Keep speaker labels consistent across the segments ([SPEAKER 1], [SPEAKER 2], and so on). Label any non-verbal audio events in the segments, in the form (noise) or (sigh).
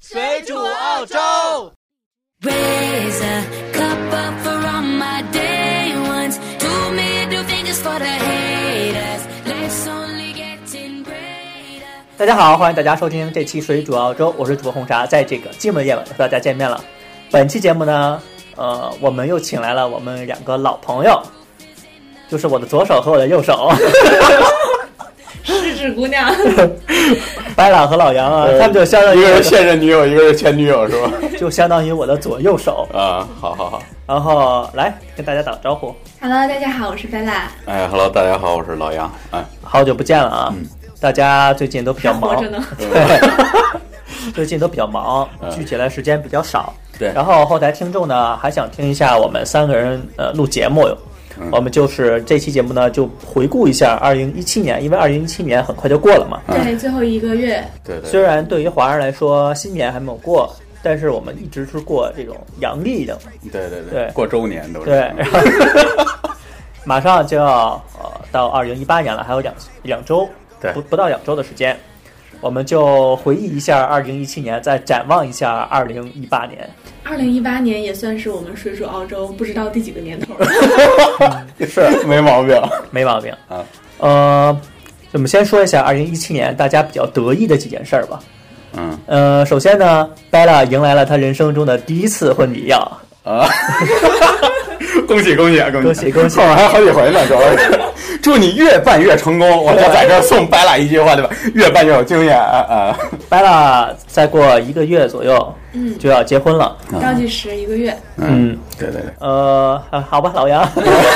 [SPEAKER 1] 水煮澳洲。
[SPEAKER 2] Raise a cup up for all my day ones. Two middle fingers for the haters. Let's only get in greater.
[SPEAKER 3] 大家好，欢迎大家收听这期《水煮澳洲》，我是主播红茶，在这个寂寞的夜晚和大家见面了。本期节目呢，呃，我们又请来了我们两个老朋友，就是我的左手和我的右手，
[SPEAKER 4] 是指姑娘，
[SPEAKER 3] (laughs) 白朗和老杨啊，
[SPEAKER 5] 呃
[SPEAKER 3] 他们就相当
[SPEAKER 5] 一
[SPEAKER 3] 于
[SPEAKER 5] 个是现任女友，一个是前女友，是
[SPEAKER 3] (laughs)
[SPEAKER 5] 吧？
[SPEAKER 3] 就相当于我的左右手。
[SPEAKER 5] 啊，好好好，
[SPEAKER 3] 然后来跟大家打个招呼，
[SPEAKER 4] Hello，大家好，我是贝拉，
[SPEAKER 5] 哎，Hello，大家好，我是老杨，哎，
[SPEAKER 3] 好久不见了啊！
[SPEAKER 5] 嗯
[SPEAKER 3] 大家最近都比较
[SPEAKER 4] 还活
[SPEAKER 3] 忙
[SPEAKER 4] 着，
[SPEAKER 3] (laughs)
[SPEAKER 4] 呢。
[SPEAKER 3] 最近都比较忙，聚起来时间比较少。
[SPEAKER 5] 嗯对
[SPEAKER 3] 然后后台听众呢还想听一下我们三个人呃录节目，
[SPEAKER 5] 嗯
[SPEAKER 3] 我们就是这期节目呢就回顾一下二零一七年，因为二零一七年很快就过了嘛。
[SPEAKER 4] 对，最后一个月，
[SPEAKER 5] 对嗯对，
[SPEAKER 3] 虽然对于华人来说新年还没有过，但是我们一直是过这种阳历的，
[SPEAKER 5] 对对
[SPEAKER 3] 对
[SPEAKER 5] 过周年都是，
[SPEAKER 3] 对。然后 (laughs) 马上就要呃到二零一八年了，还有两两周，
[SPEAKER 5] 对
[SPEAKER 3] 不不到两周的时间，我们就回忆一下二零一七年，再展望一下二零一八年。
[SPEAKER 4] 二零一八年也算是我们水煮澳洲不知道第几个年头了。
[SPEAKER 5] 是没毛病，
[SPEAKER 3] 没毛病
[SPEAKER 5] 啊。
[SPEAKER 3] 呃，我们先说一下二零一七年大家比较得意的几件事儿吧。
[SPEAKER 5] 嗯
[SPEAKER 3] 呃，首先呢，Bella 迎来了她人生中的第一次婚礼呀，
[SPEAKER 5] 啊，恭喜恭喜啊
[SPEAKER 3] 恭
[SPEAKER 5] 恭
[SPEAKER 3] 喜恭喜
[SPEAKER 5] 后面还有好几回呢，主要是祝你越办越成功，我就在这儿送白拉一句话，对吧？越办越有经验啊啊，
[SPEAKER 3] Bella 再过一个月左右，
[SPEAKER 4] 嗯
[SPEAKER 3] 就要结婚了。
[SPEAKER 4] 倒计时一个月，
[SPEAKER 3] 嗯，
[SPEAKER 5] 对对对，
[SPEAKER 3] 呃，啊好吧，老杨，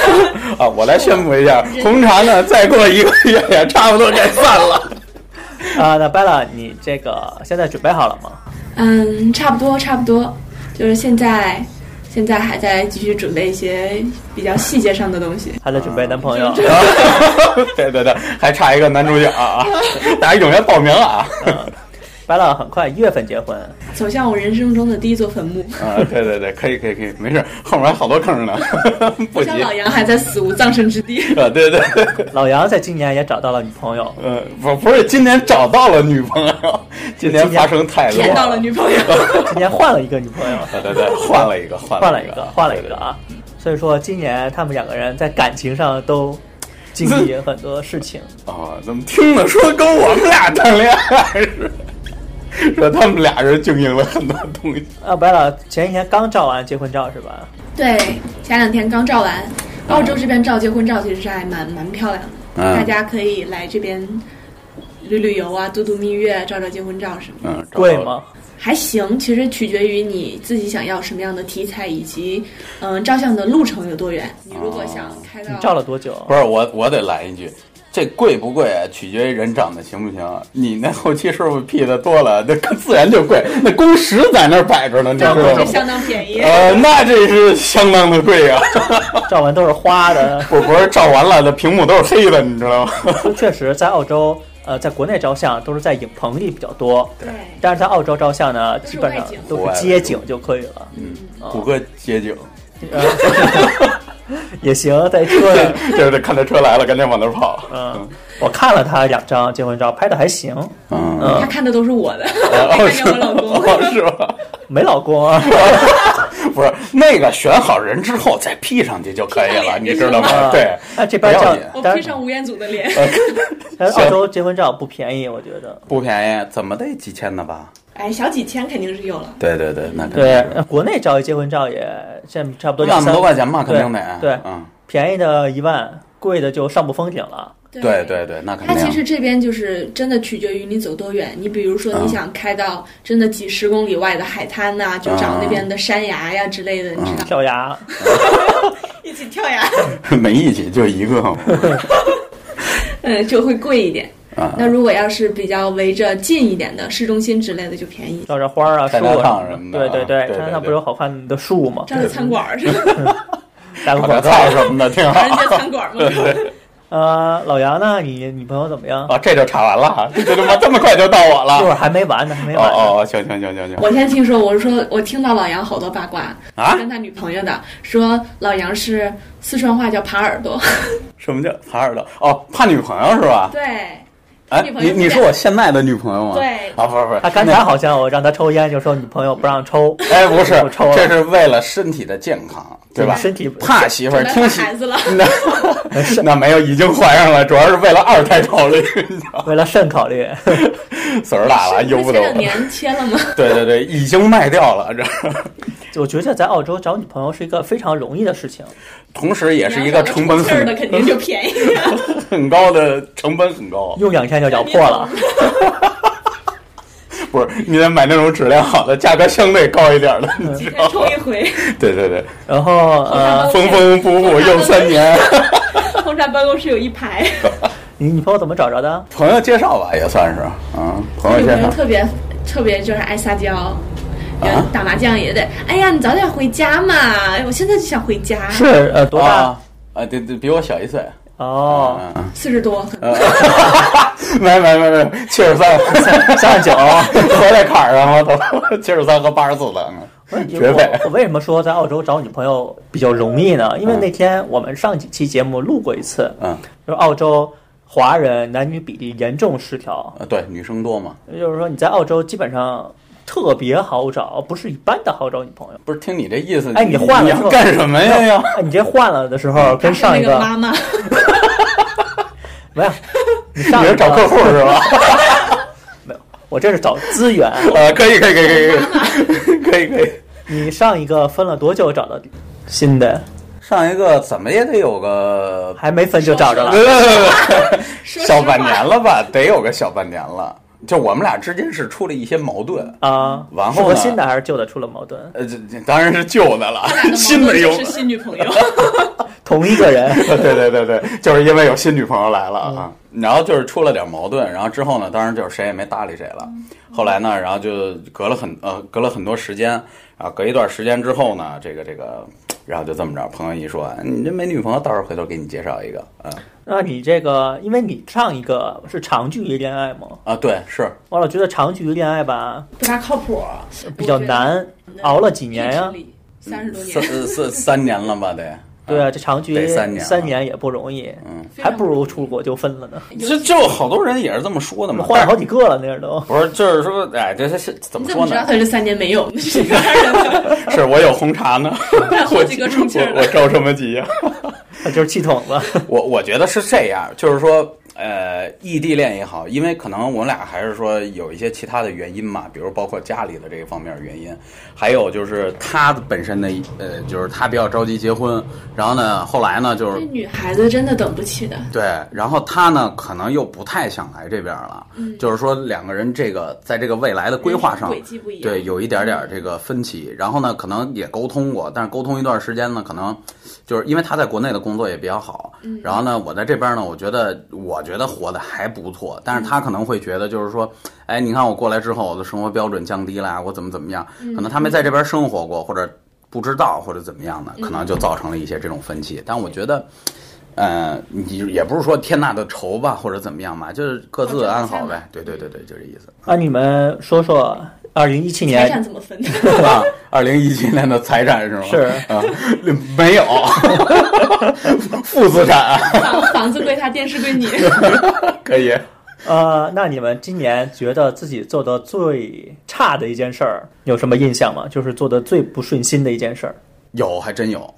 [SPEAKER 3] (laughs)
[SPEAKER 5] 啊，我来宣布一下，红茶呢，再过一个月也差不多该散了。
[SPEAKER 3] 啊，那 Bella，你这个现在准备好了吗？
[SPEAKER 4] 嗯，差不多，差不多，就是现在，现在还在继续准备一些比较细节上的东西。
[SPEAKER 3] 还在准备男朋友？
[SPEAKER 5] (laughs) 对对对，还差一个男主角啊！ (laughs) 啊大家踊跃报名啊！
[SPEAKER 3] Bella 很快一月份结婚，
[SPEAKER 4] 走向我人生中的第一座坟墓，
[SPEAKER 5] 啊，对对对，可以可以可以，没事，后面还好多坑呢， (laughs) 不急
[SPEAKER 4] 像。老杨还在死无葬身之地。
[SPEAKER 5] 啊，对对，对
[SPEAKER 3] 老杨在今年也找到了女朋友，
[SPEAKER 5] 呃，不不是，今年找到了女朋 (laughs) 友，今年发生太多
[SPEAKER 4] 骗到了女
[SPEAKER 5] (laughs)
[SPEAKER 4] 朋友，
[SPEAKER 3] 今年换了一个女朋友，
[SPEAKER 5] 对对对，换了一个，换
[SPEAKER 3] 换
[SPEAKER 5] 了
[SPEAKER 3] 了一个，换了一个啊。所以说，今年他们两个人在感情上都经历很多事情。
[SPEAKER 5] 啊！怎么听着说跟我们俩谈恋爱似的？说他们俩人经历了很多东西，
[SPEAKER 3] 啊，白老前一天刚照完结婚照是吧？
[SPEAKER 4] 对，前两天刚照完，澳洲这边照结婚照其实是还蛮蛮漂亮的，
[SPEAKER 5] 嗯
[SPEAKER 4] 大家可以来这边旅旅游啊，度度蜜月啊，照照结婚照什么的，
[SPEAKER 5] 嗯，找到
[SPEAKER 3] 贵吗？？
[SPEAKER 4] 还行。其实取决于你自己想要什么样的题材，以及嗯、呃照相的路程有多远。你如果想
[SPEAKER 5] 哦
[SPEAKER 4] 开
[SPEAKER 3] 你
[SPEAKER 4] 到，
[SPEAKER 3] 照了多久？
[SPEAKER 5] 不是我，我得来一句，这贵不贵啊，取决于人长得行不行。你那后期是不是 P 的多了，那自然就贵。那工时在那儿摆着呢，你知
[SPEAKER 4] 照
[SPEAKER 5] 道
[SPEAKER 4] 过
[SPEAKER 5] 吗
[SPEAKER 4] 就？相当便宜。
[SPEAKER 5] 呃，那这是相当的贵呀、。
[SPEAKER 3] 照完都是花的
[SPEAKER 5] (laughs) 我不是照完了，那屏幕都是黑的，你知道吗？
[SPEAKER 3] 说确实，在澳洲，呃，在国内照相都是在影棚里比较多，
[SPEAKER 4] 对，
[SPEAKER 3] 但是在澳洲照相呢，
[SPEAKER 4] 都是
[SPEAKER 3] 基本上
[SPEAKER 4] 外景
[SPEAKER 3] 都是街景就可以了，
[SPEAKER 5] 谷歌街景，
[SPEAKER 3] 也行，在车里。
[SPEAKER 5] (laughs) 就是得看这车来了，赶紧往那儿跑。
[SPEAKER 3] 嗯，我看了他两张结婚照，拍的还行，
[SPEAKER 5] 嗯，
[SPEAKER 4] 他
[SPEAKER 3] 嗯，
[SPEAKER 4] 看的都是我的，
[SPEAKER 5] 哦
[SPEAKER 4] 没看见我老公。
[SPEAKER 5] 哦 (laughs) 是吧？
[SPEAKER 3] 没老公啊，
[SPEAKER 5] 不是那个选好人之后再 P 上去就可以了，你知道吗？对，
[SPEAKER 3] 那这边
[SPEAKER 5] 不要
[SPEAKER 3] 照
[SPEAKER 5] 紧，
[SPEAKER 4] 我
[SPEAKER 3] 但
[SPEAKER 4] 披
[SPEAKER 3] 是
[SPEAKER 4] 上吴彦祖的脸，
[SPEAKER 5] 哦
[SPEAKER 3] 但是澳洲结婚照不便宜，我觉得。
[SPEAKER 5] 不便宜，怎么得几千的吧？
[SPEAKER 4] 哎，小几千肯定是有了。
[SPEAKER 5] 对对对，那肯定
[SPEAKER 3] 对
[SPEAKER 5] 是，
[SPEAKER 3] 那国内照一结婚照也现在差不多
[SPEAKER 5] 那
[SPEAKER 3] 两
[SPEAKER 5] 么
[SPEAKER 3] 三
[SPEAKER 5] 多块钱嘛，肯定得。
[SPEAKER 3] 对对
[SPEAKER 5] 嗯，
[SPEAKER 3] 便宜的一万，贵的就上不封顶了。
[SPEAKER 5] 对对对，那肯
[SPEAKER 4] 它
[SPEAKER 5] 定。
[SPEAKER 4] 其实这边就是真的取决于你走多远。你比如说，
[SPEAKER 5] 啊
[SPEAKER 4] 你想开到真的几十公里外的海滩呐、就找那边的山崖呀之类的，你
[SPEAKER 5] 啊
[SPEAKER 4] 知道，
[SPEAKER 3] 跳崖，
[SPEAKER 4] 一起跳崖，
[SPEAKER 5] (laughs) 没一起就一
[SPEAKER 3] (laughs)
[SPEAKER 5] 个嘛。
[SPEAKER 4] (laughs) 嗯，就会贵一点。
[SPEAKER 5] 啊，
[SPEAKER 4] 那如果要是比较围着近一点的市中心之类的，就便宜。
[SPEAKER 3] 照着花儿啊、树
[SPEAKER 5] 山楂烫
[SPEAKER 3] 啊
[SPEAKER 5] 什么的
[SPEAKER 3] 对对对
[SPEAKER 5] 啊，对
[SPEAKER 3] 山楂
[SPEAKER 5] 对
[SPEAKER 3] 烫
[SPEAKER 5] 对
[SPEAKER 3] 不是有好看的树吗？
[SPEAKER 4] 照个餐
[SPEAKER 5] (laughs)
[SPEAKER 4] 馆儿是吧？
[SPEAKER 3] 打个
[SPEAKER 5] 烤
[SPEAKER 3] 广
[SPEAKER 5] 点
[SPEAKER 3] 告。
[SPEAKER 5] 菜什么的挺
[SPEAKER 4] 唐人街
[SPEAKER 5] 好。
[SPEAKER 4] 餐馆嘛。
[SPEAKER 5] (laughs)
[SPEAKER 3] 呃，老杨呢？你女朋友怎么样？
[SPEAKER 5] 啊，这就查完了哈，这他妈这么快就到我
[SPEAKER 3] 一会
[SPEAKER 5] 了。
[SPEAKER 3] 儿还没完呢，还没
[SPEAKER 5] 哦
[SPEAKER 3] 完
[SPEAKER 5] 啊
[SPEAKER 3] 呢。
[SPEAKER 5] 哦哦，行行行行行
[SPEAKER 4] 我先听说，我说我听到老杨好多八卦，
[SPEAKER 5] 啊！
[SPEAKER 4] 跟他女朋友的说老杨是
[SPEAKER 5] (laughs)
[SPEAKER 4] 四川话叫耙耳朵，
[SPEAKER 5] 什么叫耙耳朵？哦，怕女朋友是吧？
[SPEAKER 4] 对，
[SPEAKER 5] 哎，
[SPEAKER 4] 女朋
[SPEAKER 5] 你
[SPEAKER 4] 友
[SPEAKER 5] 你
[SPEAKER 4] 现
[SPEAKER 5] 是我现在的女朋友吗？
[SPEAKER 4] 对
[SPEAKER 5] 啊，不是不是，
[SPEAKER 3] 他刚
[SPEAKER 5] 那
[SPEAKER 3] 才好像我让他抽烟，就说女朋友不让抽，
[SPEAKER 5] 哎，不是
[SPEAKER 3] (laughs) 不抽，了
[SPEAKER 5] 这是为了身体的健康， (laughs) 对吧？(laughs)
[SPEAKER 3] 身体
[SPEAKER 5] 怕媳妇儿
[SPEAKER 4] 准备
[SPEAKER 5] 听
[SPEAKER 4] 怀
[SPEAKER 5] 媳
[SPEAKER 4] 孩子了
[SPEAKER 5] (laughs) 那那没有，已经怀上了，主要是为了二胎考虑， (laughs) 你知道吗
[SPEAKER 3] 为了肾考虑，
[SPEAKER 5] 岁数大了，由啊不
[SPEAKER 4] 前
[SPEAKER 5] 得
[SPEAKER 4] 两
[SPEAKER 5] 我。
[SPEAKER 4] 年切了吗？
[SPEAKER 5] 对对对，已经卖掉了，这 (laughs)
[SPEAKER 3] 我觉得在澳洲找女朋友是一个非常容易的事情。
[SPEAKER 5] 同时也是一个成本
[SPEAKER 4] 你要找个出气儿
[SPEAKER 5] 很
[SPEAKER 4] 的肯定
[SPEAKER 5] (laughs)
[SPEAKER 4] 就便宜。
[SPEAKER 5] 很高的，成本很高。
[SPEAKER 3] 用两天就咬破了，
[SPEAKER 5] 不是，你得买那种质量好的，价格相对高一点的，你知道
[SPEAKER 4] 再
[SPEAKER 5] 吗
[SPEAKER 4] 抽？一回，
[SPEAKER 5] 对对对，
[SPEAKER 3] 然后呃，
[SPEAKER 5] 缝缝补补又三年。
[SPEAKER 4] 红茶办公室有一
[SPEAKER 5] (laughs)
[SPEAKER 4] 排，
[SPEAKER 5] 哦
[SPEAKER 3] 你女朋友怎么找着的？
[SPEAKER 5] 朋友介绍吧，也算是啊，朋友
[SPEAKER 4] 女
[SPEAKER 5] 介
[SPEAKER 4] 朋友
[SPEAKER 5] 绍。
[SPEAKER 4] 特别特别就是爱撒
[SPEAKER 5] 啊
[SPEAKER 4] 娇。有打麻将也得，哎呀，你早点回家嘛！我现在就想回家，
[SPEAKER 3] 是呃多大？
[SPEAKER 5] 啊？啊，对对，比我小一岁。
[SPEAKER 3] 哦，
[SPEAKER 5] 嗯，
[SPEAKER 4] 四十多，
[SPEAKER 5] 没没没没，七十三 (laughs)
[SPEAKER 3] 三十九。
[SPEAKER 5] 活在坎儿上了都， (laughs) 七十三和八十四的，绝配。
[SPEAKER 3] 我我为什么说在澳洲找女朋友比较容易呢？因为那天我们上几期节目录过一次，
[SPEAKER 5] 嗯，
[SPEAKER 3] 就是澳洲华人男女比例严重失调，
[SPEAKER 5] 呃对，女生多嘛。
[SPEAKER 3] 就是说你在澳洲基本上特别好找，不是一般的好找女朋友。
[SPEAKER 5] 不是，听你这意思，
[SPEAKER 3] 哎，你换了之
[SPEAKER 5] 要
[SPEAKER 3] 后
[SPEAKER 5] 干什么呀？要？
[SPEAKER 3] 哎你这换了的时候跟上一
[SPEAKER 4] 嗯那
[SPEAKER 3] 个
[SPEAKER 4] 个妈妈， (laughs)
[SPEAKER 3] 没有，你
[SPEAKER 5] (laughs)
[SPEAKER 3] 上
[SPEAKER 5] 你
[SPEAKER 3] 一
[SPEAKER 5] 是
[SPEAKER 3] 个
[SPEAKER 5] 找客户是吧？
[SPEAKER 3] 我这是找资源。
[SPEAKER 5] (laughs) 呃，可以可以 (laughs) 可以可以 (laughs) 可以可以。
[SPEAKER 3] 你上一个分了多久找的新的？
[SPEAKER 5] 上一个怎么也得有个
[SPEAKER 3] 还没分就找着了。
[SPEAKER 5] (laughs) 嗯小半年了吧，得有个小半年了。就我们俩之间是出了一些矛盾，
[SPEAKER 3] 啊，
[SPEAKER 5] 然
[SPEAKER 3] 是
[SPEAKER 5] 后
[SPEAKER 3] 和
[SPEAKER 5] 呢
[SPEAKER 3] 新的还是旧的出了矛盾？
[SPEAKER 5] 呃，这这当然是旧的了，新
[SPEAKER 4] 新
[SPEAKER 5] 的有。
[SPEAKER 4] 是新女
[SPEAKER 5] (laughs)
[SPEAKER 4] 朋友，
[SPEAKER 3] 同一个人 (laughs)
[SPEAKER 5] 对对对对，就是因为有新女朋友来了
[SPEAKER 4] 嗯
[SPEAKER 5] 啊，然后就是出了点矛盾，然后之后呢，当然就是谁也没搭理谁了。后来呢，然后就隔了很呃隔了很多时间啊，隔一段时间之后呢，这个这个，然后就这么着，朋友一说，哎你这没女朋友，到时候回头给你介绍一个，嗯
[SPEAKER 3] 那你这个，因为你上一个是长距离恋爱嘛，
[SPEAKER 5] 啊，对，是
[SPEAKER 3] 我老觉得长距离恋爱吧
[SPEAKER 4] 不大靠谱，
[SPEAKER 3] 比较难，熬了几年呀、
[SPEAKER 4] 三十
[SPEAKER 5] 嗯
[SPEAKER 4] 多
[SPEAKER 5] 三
[SPEAKER 4] 年，
[SPEAKER 5] 呃三三年了吧得，
[SPEAKER 3] 对啊，这长距离
[SPEAKER 5] 得三年了
[SPEAKER 3] 也不容易，
[SPEAKER 5] 嗯，
[SPEAKER 3] 还不如出国就分了呢，
[SPEAKER 5] 这就好多人也是这么说的嘛，
[SPEAKER 3] 换了好几个了那儿都。 (laughs)
[SPEAKER 5] 不是，就是说，哎，这这是怎么
[SPEAKER 4] 你怎
[SPEAKER 5] 说
[SPEAKER 4] 么知道
[SPEAKER 5] 呢？
[SPEAKER 4] 他这三年没
[SPEAKER 5] (laughs)
[SPEAKER 4] 有？是一个人
[SPEAKER 5] 是我有红茶呢，
[SPEAKER 4] (laughs) 好几个充气儿
[SPEAKER 5] 我我
[SPEAKER 4] 的，
[SPEAKER 5] 着什么急呀、
[SPEAKER 3] 他就是气筒子，
[SPEAKER 5] (laughs) 我我觉得是这样，就是说，呃，异地恋也好，因为可能我们俩还是说有一些其他的原因嘛，比如包括家里的这个方面原因，还有就是他本身的一，呃，就是他比较着急结婚，然后呢，后来呢，就
[SPEAKER 4] (laughs) 这
[SPEAKER 5] 是
[SPEAKER 4] 女孩子真的等不起的，
[SPEAKER 5] 对，然后他呢，可能又不太想来这边了，就是说两个人这个在这个未来的规划上
[SPEAKER 4] 嗯人生轨迹不一，样
[SPEAKER 5] 对，有一点点这个分歧。然后呢，可能也沟通过，但是沟通一段时间呢，可能就是因为他在国内的工作也比较好，
[SPEAKER 4] 嗯
[SPEAKER 5] 然后呢，我在这边呢，我觉得我觉得活得还不错，但
[SPEAKER 4] 嗯
[SPEAKER 5] 是他可能会觉得就是说，哎，你看我过来之后，我的生活标准降低了啊，我怎么怎么样，可能他没在这边生活过，或者不知道或者怎么样的，可能就造成了一些这种分歧。但我觉得。呃，你也不是说天大的仇吧，或者怎么样嘛，就是各自安好呗。对对对对，就这意思。 (laughs)
[SPEAKER 3] 那你们说说二零一七
[SPEAKER 4] 财产
[SPEAKER 3] 年
[SPEAKER 4] 怎么分？
[SPEAKER 5] 啊，二零一七年的财产是吗？
[SPEAKER 3] 是
[SPEAKER 5] 啊，没有， (laughs) 负资产啊
[SPEAKER 4] 房房子归他，电视归 (laughs) 你。
[SPEAKER 5] 可以。
[SPEAKER 3] 呃，那你们今年觉得自己做的最差的一件事儿有什么印象吗？就是做的最不顺心的一件事儿。
[SPEAKER 5] 有，还真有。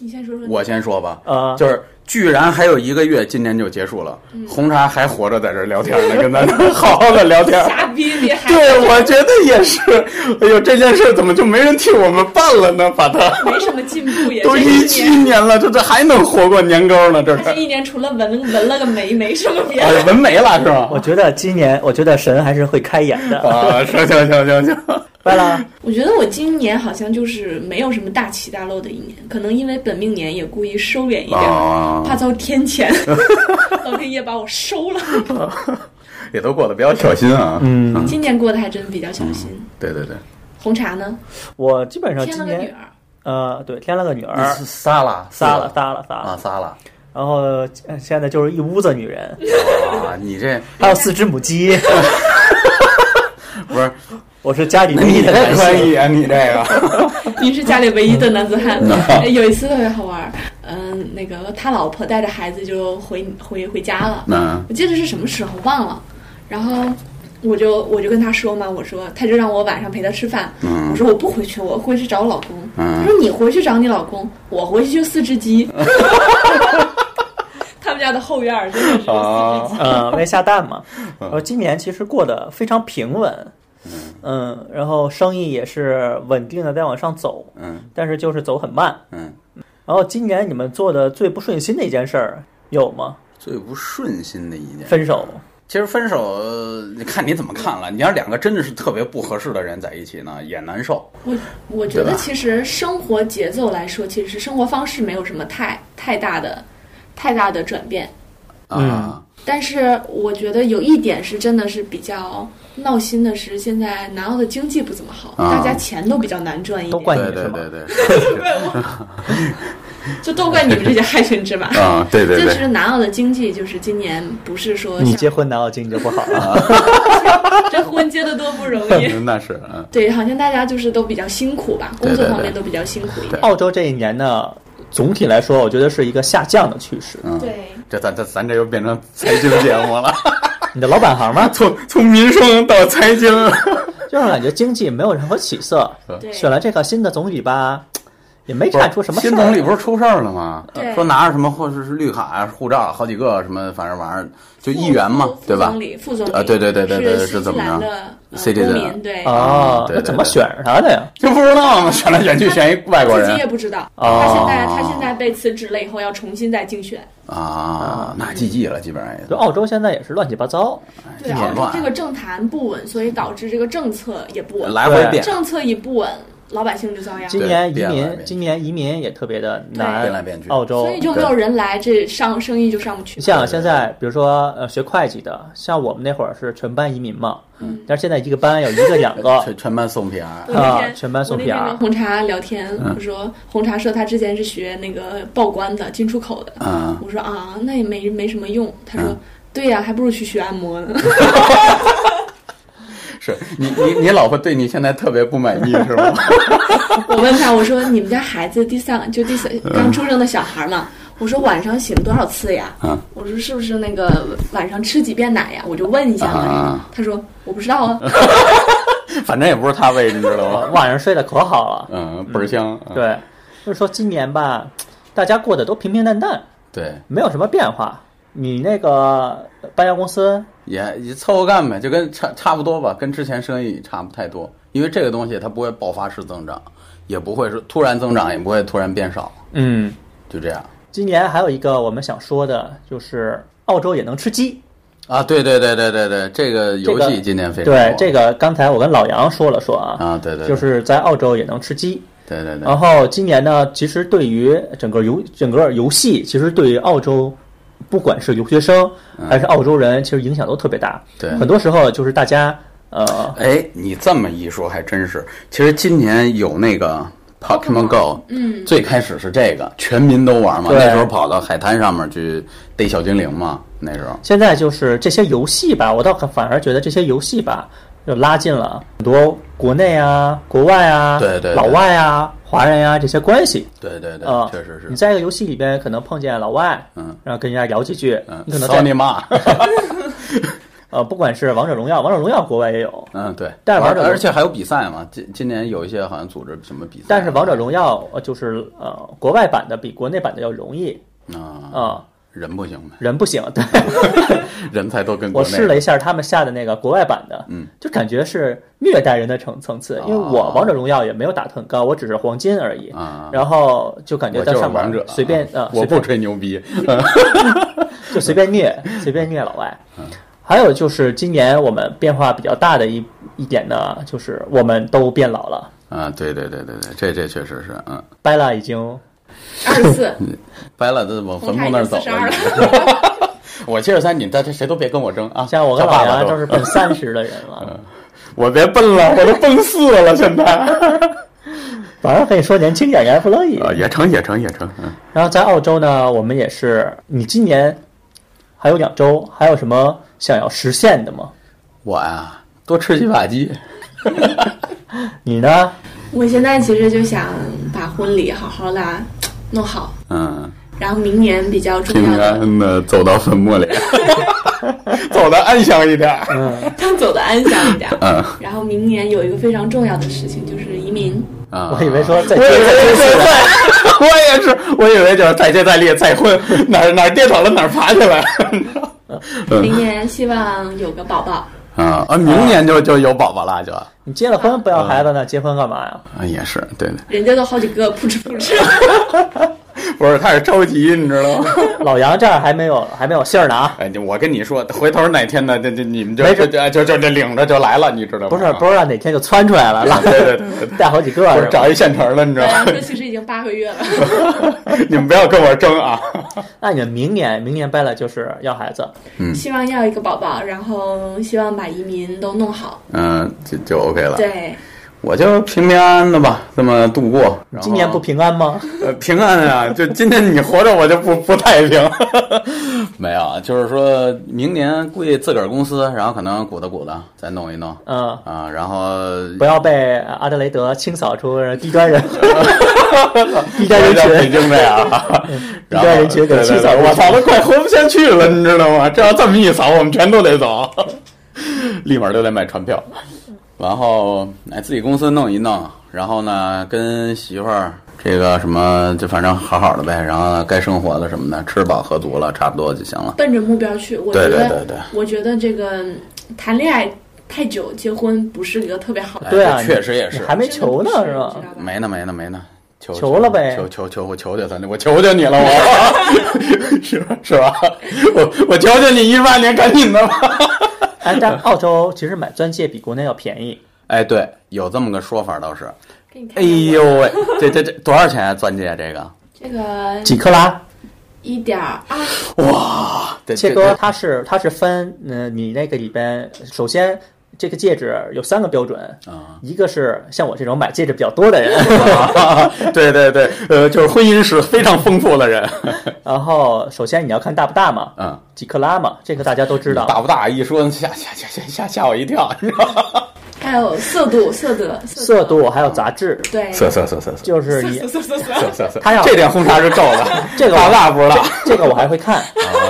[SPEAKER 4] 你先说说你，
[SPEAKER 5] 我先说吧，
[SPEAKER 3] 啊嗯
[SPEAKER 5] 就是居然还有一个月，今年就结束了。红茶还活着在这儿聊天呢，跟咱好好的聊天。
[SPEAKER 3] (laughs)
[SPEAKER 4] 瞎逼你还
[SPEAKER 5] 对，我觉得也是。哎呦，这件事怎么就没人替我们办了呢？把
[SPEAKER 3] (laughs)
[SPEAKER 5] 它
[SPEAKER 4] 没什么进步，也
[SPEAKER 5] 都
[SPEAKER 4] 这一
[SPEAKER 5] 一七
[SPEAKER 4] 年，
[SPEAKER 5] 年了，这这还能活过年沟呢？这
[SPEAKER 3] (laughs)
[SPEAKER 4] 他这
[SPEAKER 5] 是
[SPEAKER 4] 一年除了纹纹了个眉，没什么别
[SPEAKER 5] 哎
[SPEAKER 4] 的。
[SPEAKER 5] 纹没了是吧
[SPEAKER 3] 我？觉得今年，我觉得神还是会开眼
[SPEAKER 5] (laughs)
[SPEAKER 3] 的。
[SPEAKER 5] 啊，行行行行
[SPEAKER 3] (laughs)
[SPEAKER 5] 行，
[SPEAKER 3] 拜了，
[SPEAKER 4] 我觉得我今年好像就是没有什么大起大落的一年，可能因为本命年也故意收敛一点，
[SPEAKER 5] 啊
[SPEAKER 4] 怕遭天 (laughs) 谴。老天爷把我收了。
[SPEAKER 5] 也都过得比较小心啊。
[SPEAKER 3] 嗯，
[SPEAKER 4] 今年过得还真比较小心。
[SPEAKER 5] 对对对，
[SPEAKER 4] 红茶呢？
[SPEAKER 3] 我基本上
[SPEAKER 4] 添
[SPEAKER 3] 啊
[SPEAKER 4] 了
[SPEAKER 3] 今
[SPEAKER 4] 个女
[SPEAKER 3] 年，
[SPEAKER 4] 儿，
[SPEAKER 3] 呃，对，添了个女儿，
[SPEAKER 5] 撒了
[SPEAKER 3] 撒了撒了撒
[SPEAKER 5] 嗯啊
[SPEAKER 3] 了，
[SPEAKER 5] 撒了
[SPEAKER 3] 然后呃现在就是一屋子女人，
[SPEAKER 5] 啊！你这
[SPEAKER 3] 还有四只母鸡， (laughs)
[SPEAKER 5] 不是
[SPEAKER 3] 我是家里唯一的男性。
[SPEAKER 5] 啊，你这个
[SPEAKER 3] (laughs)
[SPEAKER 4] 您是家里唯一的男子汉。哎有一次特别好玩儿，嗯、那个他老婆带着孩子就回回回家了。
[SPEAKER 5] 嗯
[SPEAKER 4] 我记得是什么时候忘了，然后我就我就跟他说嘛，我说他就让我晚上陪他吃饭，
[SPEAKER 5] 嗯
[SPEAKER 4] 我说我不回去，我回去找我老公。
[SPEAKER 5] 嗯
[SPEAKER 4] 他
[SPEAKER 3] (laughs)
[SPEAKER 4] 说你回去找你老公，我回去就四
[SPEAKER 5] (laughs)
[SPEAKER 4] 只鸡。他们家的后院儿真的是四只鸡。
[SPEAKER 5] 啊
[SPEAKER 3] 呃，为下蛋嘛。然后今年其实过得非常平稳，嗯，然后生意也是稳定的在往上走，
[SPEAKER 5] 嗯
[SPEAKER 3] 但是就是走很慢。
[SPEAKER 5] 嗯，
[SPEAKER 3] 然后今年你们做的最不顺心的一件事儿有吗？
[SPEAKER 5] 最不顺心的一件
[SPEAKER 3] 分手。
[SPEAKER 5] 其实分手，呃你看你怎么看了。你要是两个真的是特别不合适的人在一起呢，也难受。
[SPEAKER 4] 我我觉
[SPEAKER 5] 对
[SPEAKER 4] 得
[SPEAKER 5] 吧
[SPEAKER 4] 其实生活节奏来说，其实生活方式没有什么太太大的太大的转变，
[SPEAKER 5] 啊，
[SPEAKER 4] 但是我觉得有一点是真的是比较闹心的是，现在南澳的经济不怎么好，
[SPEAKER 5] 啊
[SPEAKER 4] 大家钱都比较难赚一
[SPEAKER 3] 都
[SPEAKER 4] 点，
[SPEAKER 3] 怪
[SPEAKER 5] 对
[SPEAKER 3] 你是
[SPEAKER 5] 对
[SPEAKER 3] 吗？
[SPEAKER 5] 对对，
[SPEAKER 4] 就都怪你们这些害群之马。
[SPEAKER 5] 啊，对对
[SPEAKER 4] 就
[SPEAKER 5] 对
[SPEAKER 4] 是，南澳的经济，就是今年不是说
[SPEAKER 3] 你
[SPEAKER 4] 像
[SPEAKER 3] 结婚难道经济不好啊？
[SPEAKER 4] 这婚结的多不容
[SPEAKER 3] (laughs)
[SPEAKER 4] 易。
[SPEAKER 5] 嗯那是嗯，
[SPEAKER 4] 对，好像大家就是都比较辛苦吧，工
[SPEAKER 5] 对
[SPEAKER 4] 作
[SPEAKER 5] 对
[SPEAKER 4] 方
[SPEAKER 5] 对
[SPEAKER 4] 面都比较辛苦一点。
[SPEAKER 3] 澳洲这一年呢，总体来说，我觉得是一个下降的趋势。
[SPEAKER 5] 嗯
[SPEAKER 4] 对，
[SPEAKER 5] 这咱这咱这又变成财经节目了，
[SPEAKER 3] 你的老本行吗？
[SPEAKER 5] 从从民生到财经，
[SPEAKER 3] 就让感觉经济没有任何起色。
[SPEAKER 4] 对
[SPEAKER 3] 选了这个新的总理吧，也没
[SPEAKER 5] 不是
[SPEAKER 3] 看出什么事儿
[SPEAKER 5] 新总理不是出事儿了吗
[SPEAKER 4] 对？
[SPEAKER 5] 说拿着什么或者是绿卡啊、护照好几个什么，反正玩意儿就议员嘛
[SPEAKER 4] 副，
[SPEAKER 5] 对
[SPEAKER 4] 副
[SPEAKER 5] 吧
[SPEAKER 4] 总？理，副总理
[SPEAKER 5] 啊对对对对对是
[SPEAKER 4] 是新西
[SPEAKER 5] 怎么
[SPEAKER 4] 兰
[SPEAKER 5] 着
[SPEAKER 4] 的呃
[SPEAKER 5] Citizen
[SPEAKER 4] 公民，对，
[SPEAKER 3] 哦
[SPEAKER 5] 嗯，对对
[SPEAKER 3] 那怎么
[SPEAKER 5] 对
[SPEAKER 3] 选上的呀？
[SPEAKER 5] 就不知道嘛，选来选去选一外国
[SPEAKER 4] 自己也
[SPEAKER 5] 人
[SPEAKER 4] 不知道。
[SPEAKER 3] 哦
[SPEAKER 4] 他现在他现在被辞职了以后，要重新再竞选。
[SPEAKER 5] 啊，那 GG 了，基本上也
[SPEAKER 3] 就澳洲现在也是乱七八糟，
[SPEAKER 4] 对，
[SPEAKER 5] 一
[SPEAKER 4] 澳
[SPEAKER 5] 脸
[SPEAKER 4] 洲
[SPEAKER 5] 乱
[SPEAKER 4] 这个政坛不稳，所以导致这个政策也不稳，
[SPEAKER 5] 来回
[SPEAKER 3] 对
[SPEAKER 5] 变，
[SPEAKER 4] 政策一不稳，老百姓就遭殃。
[SPEAKER 3] 今年移
[SPEAKER 5] 变来变
[SPEAKER 3] 民
[SPEAKER 5] 去
[SPEAKER 3] 今年移民也特别的难，
[SPEAKER 5] 变来变去
[SPEAKER 3] 澳洲
[SPEAKER 4] 所以就没有人来，这上生意就上不去
[SPEAKER 3] 你。像现在，比如说呃学会计的，像我们那会儿是全班移民嘛，
[SPEAKER 4] 嗯
[SPEAKER 3] 但是现在一个班有一个两
[SPEAKER 5] (laughs)
[SPEAKER 3] 个，
[SPEAKER 5] 全全班送 PR，
[SPEAKER 4] 我那天、
[SPEAKER 3] 啊全班送
[SPEAKER 4] 我那天
[SPEAKER 3] PR 嗯
[SPEAKER 4] 跟红茶聊天，我说红茶说他之前是学那个报关的，进出口的。
[SPEAKER 5] 嗯
[SPEAKER 4] 我说啊，那也没没什么用。他说。
[SPEAKER 5] 嗯
[SPEAKER 4] 对呀、还不如去学按摩呢。
[SPEAKER 5] 是你你你老婆对你现在特别不满意是吗？
[SPEAKER 4] (laughs) 我问他，我说你们家孩子第三就第三
[SPEAKER 5] 嗯
[SPEAKER 4] 刚出生的小孩嘛，我说晚上醒多少次呀？
[SPEAKER 5] 嗯
[SPEAKER 4] 我说是不是那个晚上吃几遍奶呀？我就问一下嘛
[SPEAKER 5] 啊。
[SPEAKER 4] 他说我不知
[SPEAKER 5] (laughs)
[SPEAKER 4] 道啊。
[SPEAKER 5] 反正也不是她喂，你知道
[SPEAKER 3] 我
[SPEAKER 5] 吗？
[SPEAKER 3] 晚上呃睡得可好了。
[SPEAKER 5] 嗯，倍儿香。嗯
[SPEAKER 3] 对，就是说今年吧，大家过得都平平淡淡，
[SPEAKER 5] 对，
[SPEAKER 3] 没有什么变化。你那个搬家公司
[SPEAKER 5] 也也凑合干呗，就跟差差不多吧，跟之前生意差不太多。因为这个东西它不会爆发式增长，也不会是突然增长，也不会突然变少，
[SPEAKER 3] 嗯，
[SPEAKER 5] 就这样。
[SPEAKER 3] 今年还有一个我们想说的，就是澳洲也能吃鸡。
[SPEAKER 5] 啊，对对对对对对，这个游戏今年非常
[SPEAKER 3] 对，这
[SPEAKER 5] 个
[SPEAKER 3] 个刚才我跟老杨说了说啊，
[SPEAKER 5] 啊，对对，对
[SPEAKER 3] 就是在澳洲也能吃鸡。
[SPEAKER 5] 对对对
[SPEAKER 3] 然后今年呢，其实对于整个游整个游戏，其实对于澳洲，不管是留学生还是澳洲人，其实影响都特别大。
[SPEAKER 5] 嗯对
[SPEAKER 3] 很多时候就是大家呃，
[SPEAKER 5] 哎，你这么一说还真是。其实今年有那个 Pokemon Go，嗯，最开始是这个，全民都玩嘛。
[SPEAKER 3] 对
[SPEAKER 5] 那时候跑到海滩上面去逮小精灵嘛，那时候。
[SPEAKER 3] 现在就是这些游戏吧，我倒反而觉得这些游戏吧，就拉近了很多国内啊、国外啊、
[SPEAKER 5] 对对对
[SPEAKER 3] 老外啊、华人啊这些关系。
[SPEAKER 5] 对对对，
[SPEAKER 3] 啊、
[SPEAKER 5] 确实是
[SPEAKER 3] 你。在一个游戏里边可能碰见老外，
[SPEAKER 5] 嗯，
[SPEAKER 3] 然后跟人家聊几句，
[SPEAKER 5] 嗯，
[SPEAKER 3] 你可能
[SPEAKER 5] 骚你
[SPEAKER 3] 在 (laughs)
[SPEAKER 5] 妈！
[SPEAKER 3] 呃，不管是王者荣耀，王者荣耀国外也有，
[SPEAKER 5] 嗯，对。
[SPEAKER 3] 但是王者
[SPEAKER 5] 而且还有比赛嘛，今今年有一些好像组织什么比赛。
[SPEAKER 3] 但是王者荣耀呃就是呃国外版的比国内版的要容易
[SPEAKER 5] 啊、
[SPEAKER 3] 啊、
[SPEAKER 5] 人不行呗，
[SPEAKER 3] 人不行。对
[SPEAKER 5] 人才都跟国
[SPEAKER 3] 我
[SPEAKER 5] 内
[SPEAKER 3] 试了一下他们下的那个国外版的，
[SPEAKER 5] 嗯，
[SPEAKER 3] 就感觉是虐待人的层层次，因为我
[SPEAKER 5] 啊
[SPEAKER 3] 王者荣耀也没有打得很高，我只是黄金而已。
[SPEAKER 5] 啊。
[SPEAKER 3] 然后就感觉
[SPEAKER 5] 我
[SPEAKER 3] 在
[SPEAKER 5] 就是
[SPEAKER 3] 上
[SPEAKER 5] 王
[SPEAKER 3] 面
[SPEAKER 5] 者，
[SPEAKER 3] 随便
[SPEAKER 5] 啊
[SPEAKER 3] 呃，
[SPEAKER 5] 我
[SPEAKER 3] 随
[SPEAKER 5] 不
[SPEAKER 3] 便
[SPEAKER 5] 吹牛逼。
[SPEAKER 3] 就随
[SPEAKER 5] (laughs)
[SPEAKER 3] 便虐，随便虐老外。
[SPEAKER 5] 嗯
[SPEAKER 3] 还有就是今年我们变化比较大的一一点呢，就是我们都变老了。
[SPEAKER 5] 啊，对对对对对，这这确实是，嗯，
[SPEAKER 3] 掰了已经
[SPEAKER 4] 二十四，
[SPEAKER 5] 掰了，这往坟墓那儿走
[SPEAKER 4] 红茶已经 (laughs)
[SPEAKER 5] (laughs) 我七十三，你大家谁都别跟我争啊！
[SPEAKER 3] 像我跟
[SPEAKER 5] 叫爸
[SPEAKER 3] 老
[SPEAKER 5] 爸
[SPEAKER 3] 杨
[SPEAKER 5] 说
[SPEAKER 3] 都是奔三十的人
[SPEAKER 5] (laughs)
[SPEAKER 3] 了，
[SPEAKER 5] 我别奔了，我都奔四了，现在
[SPEAKER 3] (laughs) 反正可以说年轻演员不乐意。
[SPEAKER 5] 啊，也成也成也成，嗯，
[SPEAKER 3] 然后在澳洲呢，我们也是，你今年还有两周，还有什么想要实现的吗？
[SPEAKER 5] 我呀、多吃几把鸡，
[SPEAKER 3] 你呢？
[SPEAKER 4] 我现在其实就想把婚礼好好的弄好，
[SPEAKER 5] 嗯，
[SPEAKER 4] 然后明年比较重
[SPEAKER 5] 平
[SPEAKER 4] 要的，
[SPEAKER 5] 安的走到坟墓里， (laughs) 走的安详一点。
[SPEAKER 4] (laughs)
[SPEAKER 3] 嗯
[SPEAKER 4] 他走的安详一点。
[SPEAKER 5] 嗯，
[SPEAKER 4] 然后明年有一个非常重要的事情就是移民，
[SPEAKER 5] 啊
[SPEAKER 3] 我以为说
[SPEAKER 5] (laughs)
[SPEAKER 3] 再
[SPEAKER 5] 我以为再婚，我也是， (laughs) 我以为就是再接再厉再婚，哪儿哪儿跌倒了哪儿爬起来。
[SPEAKER 3] 嗯
[SPEAKER 4] 明
[SPEAKER 5] 嗯
[SPEAKER 4] 年希望有个宝宝。
[SPEAKER 5] 啊啊，明年就就有宝宝了，就啊
[SPEAKER 3] 你结了婚不要孩子呢，结婚干嘛呀？
[SPEAKER 5] 也是对对，
[SPEAKER 4] 人家都好几个，扑哧扑哧。
[SPEAKER 5] 不是他是着急，你知道吗？
[SPEAKER 3] 老杨这儿还没有还没有信儿呢啊！
[SPEAKER 5] 哎，我跟你说，回头哪天呢，这这你们就
[SPEAKER 3] 没
[SPEAKER 5] 就
[SPEAKER 3] 准
[SPEAKER 5] 就就就领着就来了，你知道吗？啊
[SPEAKER 3] 不是不知道哪天就窜出来了，
[SPEAKER 5] (laughs)
[SPEAKER 3] 拉
[SPEAKER 5] 对对对对对，
[SPEAKER 3] 带好几个
[SPEAKER 5] 啊不是
[SPEAKER 3] 是吧？
[SPEAKER 5] 找一现成的，你知道
[SPEAKER 4] 嗯对，
[SPEAKER 5] 吗？
[SPEAKER 4] 这其实已经八个月了。
[SPEAKER 5] (laughs) 你们不要跟我争啊！
[SPEAKER 3] 那你们明年明年掰了就是要孩子，
[SPEAKER 4] 希望要一个宝宝，然后希望把移民都弄好。
[SPEAKER 5] (laughs) 嗯，就就 OK 了。
[SPEAKER 4] 对，
[SPEAKER 5] 我就平平安安的吧，这么度过。然后
[SPEAKER 3] 今年不平安
[SPEAKER 5] (laughs)
[SPEAKER 3] 吗？
[SPEAKER 5] 呃，平安啊！就今天你活着，我就不不太平。 (laughs) 没有，啊就是说明年估计自个儿公司，然后可能鼓捣鼓捣，再弄一弄
[SPEAKER 3] 嗯，
[SPEAKER 5] 啊。然后
[SPEAKER 3] 不要被阿德雷德清扫出低端人
[SPEAKER 5] (laughs)
[SPEAKER 3] 低端人
[SPEAKER 5] 在北
[SPEAKER 3] 群。
[SPEAKER 5] 京的
[SPEAKER 3] (laughs)
[SPEAKER 5] 呀，啊 (laughs) 然
[SPEAKER 3] 然
[SPEAKER 5] 后
[SPEAKER 3] 后一家人觉得
[SPEAKER 5] 对对
[SPEAKER 3] 气早
[SPEAKER 5] 对
[SPEAKER 3] 入
[SPEAKER 5] 我操，都快活不下去了，你知道吗？这要这么一扫，我们全都得走， (laughs) 立马就得买船票。然后哎，自己公司弄一弄，然后呢，跟媳妇儿这个什么，就反正好好的呗。然后呢该生活的什么的，吃饱喝足了，差不多就行了。
[SPEAKER 4] 奔着目标去。我
[SPEAKER 5] 对
[SPEAKER 4] 觉得，
[SPEAKER 5] 对对对
[SPEAKER 4] 我觉得这个嗯谈恋爱太久，结婚不是一个特别好的。
[SPEAKER 3] 对啊，
[SPEAKER 5] (laughs) 哎确实也是
[SPEAKER 3] 你还没求呢
[SPEAKER 4] 真的不
[SPEAKER 3] 是吧
[SPEAKER 4] 你知？道吧
[SPEAKER 5] 没呢，没呢，没呢。求
[SPEAKER 3] 求了呗
[SPEAKER 5] 求求求我求求咱，我求求你了，我 (laughs) 是吧是吧？我我求求你一八年赶紧的吧。
[SPEAKER 3] 哎，但澳洲其实买钻戒比国内要便宜，
[SPEAKER 5] 哎，对，有这么个说法倒是。
[SPEAKER 4] 给你看
[SPEAKER 5] 哎
[SPEAKER 4] 看我
[SPEAKER 5] 呦，喂，这这这多少钱啊？钻戒这个？
[SPEAKER 4] 这个
[SPEAKER 3] 几克拉？
[SPEAKER 4] 一点啊二，
[SPEAKER 5] 这
[SPEAKER 3] 切割它是它是分，嗯、你那个里边首先。这个戒指有三个标准，
[SPEAKER 5] 啊！
[SPEAKER 3] 一个是像我这种买戒指比较多的人，
[SPEAKER 5] (laughs) 对对对，呃，就是婚姻是非常丰富的人，
[SPEAKER 3] 然后首先你要看大不大嘛，
[SPEAKER 5] 嗯，
[SPEAKER 3] 几克拉嘛，这个大家都知道。
[SPEAKER 5] 大不大？一说吓吓吓吓吓吓我一跳，你知道吗？
[SPEAKER 4] 还有色度、色泽、
[SPEAKER 3] 色度还有杂质，
[SPEAKER 4] 对，
[SPEAKER 5] 色色色 (laughs) 色
[SPEAKER 3] 就是你
[SPEAKER 4] 色色色
[SPEAKER 5] 色色色，
[SPEAKER 3] 他要
[SPEAKER 5] 这点红茶是照
[SPEAKER 3] (laughs)
[SPEAKER 5] 的，
[SPEAKER 3] 这个
[SPEAKER 5] 大不大不知道。啊
[SPEAKER 3] 这个我还会看，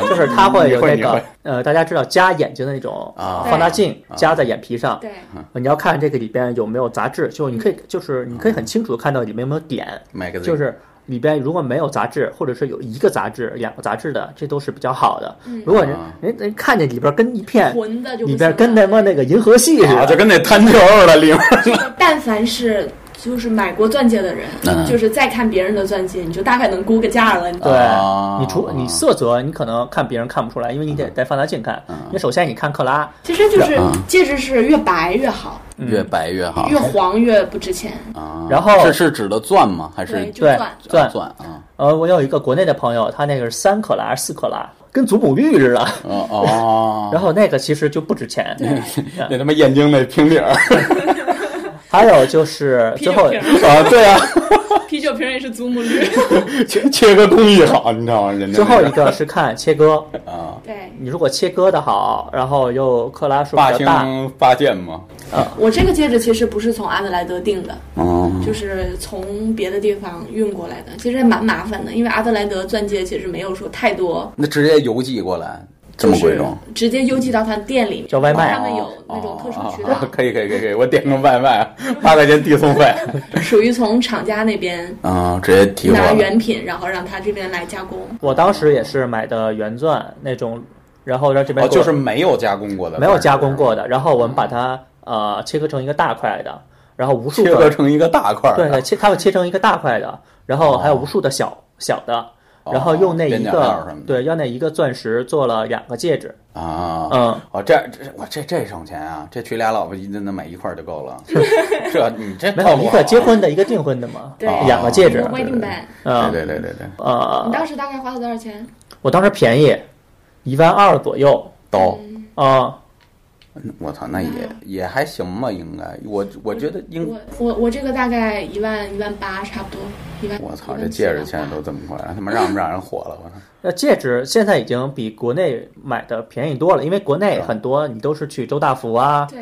[SPEAKER 3] 就是它会有那
[SPEAKER 5] 你会你会
[SPEAKER 3] 个呃，大家知道加眼睛的那种
[SPEAKER 5] 啊
[SPEAKER 3] 放大镜加在眼皮上，呃
[SPEAKER 4] 对，
[SPEAKER 5] 嗯
[SPEAKER 3] 你要看这个里边有没有杂质，就你可以就是你可以很清楚的看到里面有没有点，
[SPEAKER 5] 买个
[SPEAKER 3] 就是里边如果没有杂质，或者是有一个杂质、两个杂质的，这都是比较好的。如果人
[SPEAKER 5] 啊
[SPEAKER 3] 人人看见里边跟一片，
[SPEAKER 4] 浑嗯的就不
[SPEAKER 3] 里边
[SPEAKER 4] 行
[SPEAKER 3] 跟
[SPEAKER 4] 了
[SPEAKER 3] 他妈那个银河系似
[SPEAKER 5] 啊，就
[SPEAKER 3] 的，
[SPEAKER 5] 跟那弹球似的，里面
[SPEAKER 4] (laughs) 但凡是就是买过钻戒的人，
[SPEAKER 5] 嗯
[SPEAKER 4] 就是再看别人的钻戒，你就大概能估个价了。你知道
[SPEAKER 3] 对
[SPEAKER 4] 吗
[SPEAKER 5] 啊，
[SPEAKER 3] 你除你色泽，你可能看别人看不出来，因为你得带放大镜看。因为首先你看克拉，
[SPEAKER 4] 其实就是
[SPEAKER 5] 嗯
[SPEAKER 4] 戒指是越白越好，
[SPEAKER 3] 嗯
[SPEAKER 5] 越白越好
[SPEAKER 4] 越黄越不值钱。
[SPEAKER 5] 啊。
[SPEAKER 3] 然后
[SPEAKER 5] 是是指的钻吗？还是
[SPEAKER 4] 对，就
[SPEAKER 3] 对
[SPEAKER 4] 钻。
[SPEAKER 3] 钻。
[SPEAKER 5] 钻啊？
[SPEAKER 3] 呃，我有一个国内的朋友，他那个是三克拉、四克拉，跟祖母绿似的。
[SPEAKER 5] 哦哦，
[SPEAKER 3] 然后那个其实就不值钱。
[SPEAKER 5] (laughs) 那他妈燕京那平
[SPEAKER 3] (laughs)
[SPEAKER 5] 底儿啊
[SPEAKER 3] 还
[SPEAKER 4] (laughs)
[SPEAKER 3] 有就是
[SPEAKER 4] 啤
[SPEAKER 3] 最
[SPEAKER 4] 酒
[SPEAKER 3] 后
[SPEAKER 5] (laughs)
[SPEAKER 4] 瓶儿，
[SPEAKER 5] 啊，对啊，
[SPEAKER 4] 啤酒瓶儿也是祖母绿。
[SPEAKER 5] 切切割工艺好，你知道吗？人家
[SPEAKER 3] 最
[SPEAKER 5] 那
[SPEAKER 3] 后一个是看切割，
[SPEAKER 5] 啊，
[SPEAKER 4] (laughs) 对
[SPEAKER 3] 你如果切割的好，然后又克拉数
[SPEAKER 5] 霸
[SPEAKER 3] 比较大，
[SPEAKER 5] 清八剑嘛，
[SPEAKER 4] 我这个戒指其实不是从阿德莱德定的，
[SPEAKER 5] 嗯，
[SPEAKER 4] 就是从别的地方运过来的，其实还蛮麻烦的，因为阿德莱德钻戒其实没有说太多，
[SPEAKER 5] 那直接邮寄过来，这
[SPEAKER 4] 就
[SPEAKER 5] 么贵
[SPEAKER 4] 是
[SPEAKER 5] 重。哦
[SPEAKER 4] 直接邮寄到他店里面。
[SPEAKER 3] 叫外卖
[SPEAKER 4] 他们
[SPEAKER 5] 啊
[SPEAKER 4] 有那种特殊渠道，
[SPEAKER 5] 可以可以可以可以，我点个外卖，八块钱递送费，
[SPEAKER 4] 属于从厂家那边
[SPEAKER 5] (laughs) 啊，直接提货
[SPEAKER 4] 拿
[SPEAKER 5] 了
[SPEAKER 4] 原品，然后让他这边来加工。
[SPEAKER 3] 我当时也是买的原钻那种，然后让这边
[SPEAKER 5] 哦，
[SPEAKER 3] 给我
[SPEAKER 5] 就是没有加工过的，
[SPEAKER 3] 没有加工过的，然后我们把它呃切割成一个大块的，然后无数
[SPEAKER 5] 切割
[SPEAKER 3] 个
[SPEAKER 5] 成一个大块儿
[SPEAKER 3] 对
[SPEAKER 5] 的，哦
[SPEAKER 3] 对切，它会切成一个大块的，然后还有无数的小小的，然后用那
[SPEAKER 5] 边
[SPEAKER 3] 一
[SPEAKER 5] 角哦料什
[SPEAKER 3] 个
[SPEAKER 5] 么的
[SPEAKER 3] 对要那一个钻石做了两个戒指，
[SPEAKER 5] 啊，
[SPEAKER 3] 嗯，
[SPEAKER 5] 哦，这这我这这省钱啊，这娶俩老婆一那买一块儿就够
[SPEAKER 4] (laughs)
[SPEAKER 5] 了，这你这
[SPEAKER 3] 没
[SPEAKER 5] 套
[SPEAKER 3] 有
[SPEAKER 5] 路
[SPEAKER 3] 一
[SPEAKER 5] 好啊
[SPEAKER 3] 个结婚的，一个订婚的嘛，
[SPEAKER 4] 对
[SPEAKER 5] 哦
[SPEAKER 3] 两个戒指
[SPEAKER 4] 我，规定呗。
[SPEAKER 5] 对哦
[SPEAKER 3] 嗯
[SPEAKER 5] 对对对对，
[SPEAKER 3] 呃
[SPEAKER 4] 你，当时大概花了多少钱？
[SPEAKER 3] 我当时便宜一万二左右
[SPEAKER 5] 刀。
[SPEAKER 4] 嗯
[SPEAKER 3] 啊，
[SPEAKER 5] 我操，那也也还行吧，应该。我我觉得应，
[SPEAKER 4] 我我我这个大概一万一万八差不多，一万。
[SPEAKER 5] 我操，
[SPEAKER 4] 一
[SPEAKER 5] 这
[SPEAKER 4] 万七
[SPEAKER 5] 戒指
[SPEAKER 4] 吧
[SPEAKER 5] 现在都这么贵，他妈让
[SPEAKER 4] (laughs)
[SPEAKER 5] 不让人火了？我操！
[SPEAKER 3] 那戒指现在已经比国内买的便宜多了，因为国内
[SPEAKER 5] 是啊
[SPEAKER 3] 很多你都是去周大福啊，
[SPEAKER 4] 对。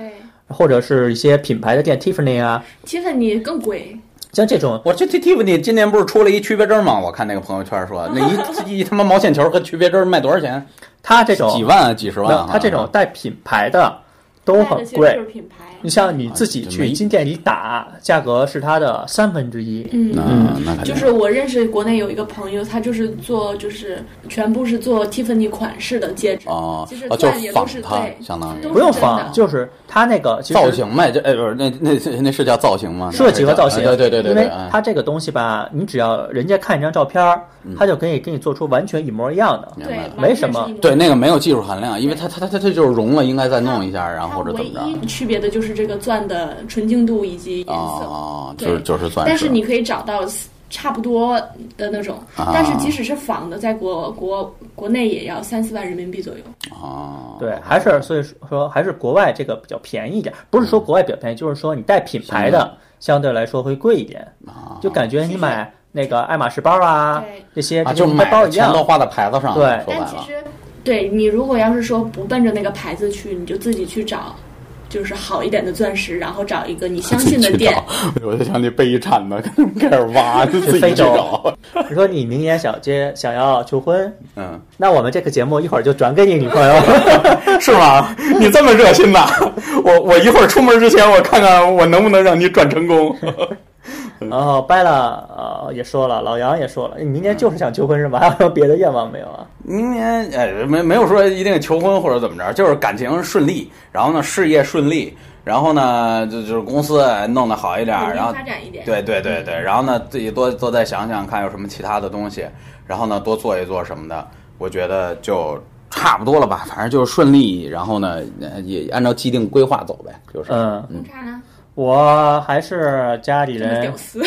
[SPEAKER 3] 或者是一些品牌的店 Tiffany 啊，
[SPEAKER 4] Tiffany 更贵，
[SPEAKER 3] 像这种
[SPEAKER 5] 我去 T Tiffany 今年不是出了一区别针吗？我看那个朋友圈说，那
[SPEAKER 4] (laughs)
[SPEAKER 5] 一一他妈毛线球和区别针卖多少钱？
[SPEAKER 3] 它这种
[SPEAKER 5] 几万啊，几十
[SPEAKER 3] 没
[SPEAKER 5] 万
[SPEAKER 3] 有
[SPEAKER 5] 啊？
[SPEAKER 3] 它这种带品牌的都
[SPEAKER 4] 卖的
[SPEAKER 3] 很
[SPEAKER 4] 其实
[SPEAKER 3] 贵
[SPEAKER 4] 就，是品牌。
[SPEAKER 3] 你像你自己
[SPEAKER 5] 啊就
[SPEAKER 3] 去
[SPEAKER 5] 没
[SPEAKER 3] 金店里打，价格是它的三分之一。
[SPEAKER 5] 那
[SPEAKER 4] 嗯，
[SPEAKER 5] 那肯定
[SPEAKER 4] 就是我认识国内有一个朋友，他就是做就是全部是做 Tiffany 款式的戒指，
[SPEAKER 5] 哦
[SPEAKER 4] 就是，
[SPEAKER 5] 哦，就
[SPEAKER 4] 钻也
[SPEAKER 5] 是
[SPEAKER 4] 都
[SPEAKER 5] 仿
[SPEAKER 4] 是
[SPEAKER 5] 它，
[SPEAKER 4] 对
[SPEAKER 5] 相当于
[SPEAKER 4] 都
[SPEAKER 3] 不用
[SPEAKER 4] 是真的
[SPEAKER 3] 仿，就是它那个其实
[SPEAKER 5] 造型呗，就哎不是那那那那是叫造型吗？
[SPEAKER 3] 设计和造型，啊
[SPEAKER 5] 对对对对
[SPEAKER 3] 因
[SPEAKER 5] 对
[SPEAKER 3] 为，
[SPEAKER 5] 嗯
[SPEAKER 3] 它这个东西吧，你只要人家看一张照片儿，
[SPEAKER 5] 嗯
[SPEAKER 3] 他就可以给你做出完全一模一样的。
[SPEAKER 5] 明
[SPEAKER 4] 对
[SPEAKER 5] 白了，
[SPEAKER 3] 没什么
[SPEAKER 5] 对，那
[SPEAKER 4] 个。
[SPEAKER 5] 个没有技术含量，因为它它它它它就是融了，应该再弄一下，然后或者怎么
[SPEAKER 4] 它唯
[SPEAKER 5] 着
[SPEAKER 4] 一区别的就是这个钻的纯净度以及颜色，
[SPEAKER 5] 哦，
[SPEAKER 4] 对
[SPEAKER 5] 就是就是钻石。
[SPEAKER 4] 但是你可以找到差不多的那种，
[SPEAKER 5] 啊
[SPEAKER 4] 但是即使是仿的，在国国国内也要三四万人民币左右。
[SPEAKER 5] 哦，
[SPEAKER 3] 对，还是所以说还是国外这个比较便宜一点，不是说
[SPEAKER 5] 嗯
[SPEAKER 3] 国外比较便宜，就是说你带品
[SPEAKER 5] 相
[SPEAKER 3] 牌的相对来说会贵一点，
[SPEAKER 5] 啊
[SPEAKER 3] 就感觉
[SPEAKER 4] 其
[SPEAKER 3] 你
[SPEAKER 4] 实
[SPEAKER 3] 买那个爱马仕包啊
[SPEAKER 4] 对
[SPEAKER 3] 这些
[SPEAKER 5] 啊，
[SPEAKER 3] 这
[SPEAKER 5] 就是
[SPEAKER 3] 些名牌
[SPEAKER 5] 买
[SPEAKER 3] 包
[SPEAKER 5] 的
[SPEAKER 3] 一
[SPEAKER 5] 钱
[SPEAKER 3] 样
[SPEAKER 5] 都，花在牌子上了，
[SPEAKER 3] 对
[SPEAKER 5] 说白
[SPEAKER 4] 但其
[SPEAKER 5] 了，
[SPEAKER 4] 实，对你如果要是说不奔着那个牌子去，你就自己去找，就是好一点的钻石，然后找一个你相
[SPEAKER 5] (laughs)
[SPEAKER 4] 信的店。，
[SPEAKER 5] 我就想起背一铲 (laughs) 子开始挖，就自己
[SPEAKER 3] (laughs) 非
[SPEAKER 5] 去
[SPEAKER 3] 洲
[SPEAKER 5] 找，
[SPEAKER 3] 你说你明年想接想要求婚，
[SPEAKER 5] 嗯，
[SPEAKER 3] 那我们这个节目一会儿就转给你女
[SPEAKER 5] (laughs)
[SPEAKER 3] 朋友。
[SPEAKER 5] 是吗？你这么热心呐？我我一会儿出门之前，我看看我能不能让你转成功。 (laughs)
[SPEAKER 3] 然后哦掰了呃也说了，老杨也说了，你明年就是想求婚是吗？还有别的愿望没有啊？
[SPEAKER 5] 明年哎，没没有说一定求婚或者怎么着，就是感情顺利，然后呢事业顺利，然后呢就就是公司弄得好一点，嗯
[SPEAKER 4] 稳定
[SPEAKER 5] 然后
[SPEAKER 4] 嗯发展一点
[SPEAKER 5] 对对对对，然后呢自己多多再想想看有什么其他的东西，然后呢多做一做什么的，我觉得就差不多了吧，反正就是顺利，然后呢呃也按照既定规划走呗，就是。
[SPEAKER 3] 嗯，
[SPEAKER 4] 红茶呢？
[SPEAKER 3] 我还是家里
[SPEAKER 4] 这么
[SPEAKER 3] 嗯人
[SPEAKER 4] 屌，丝。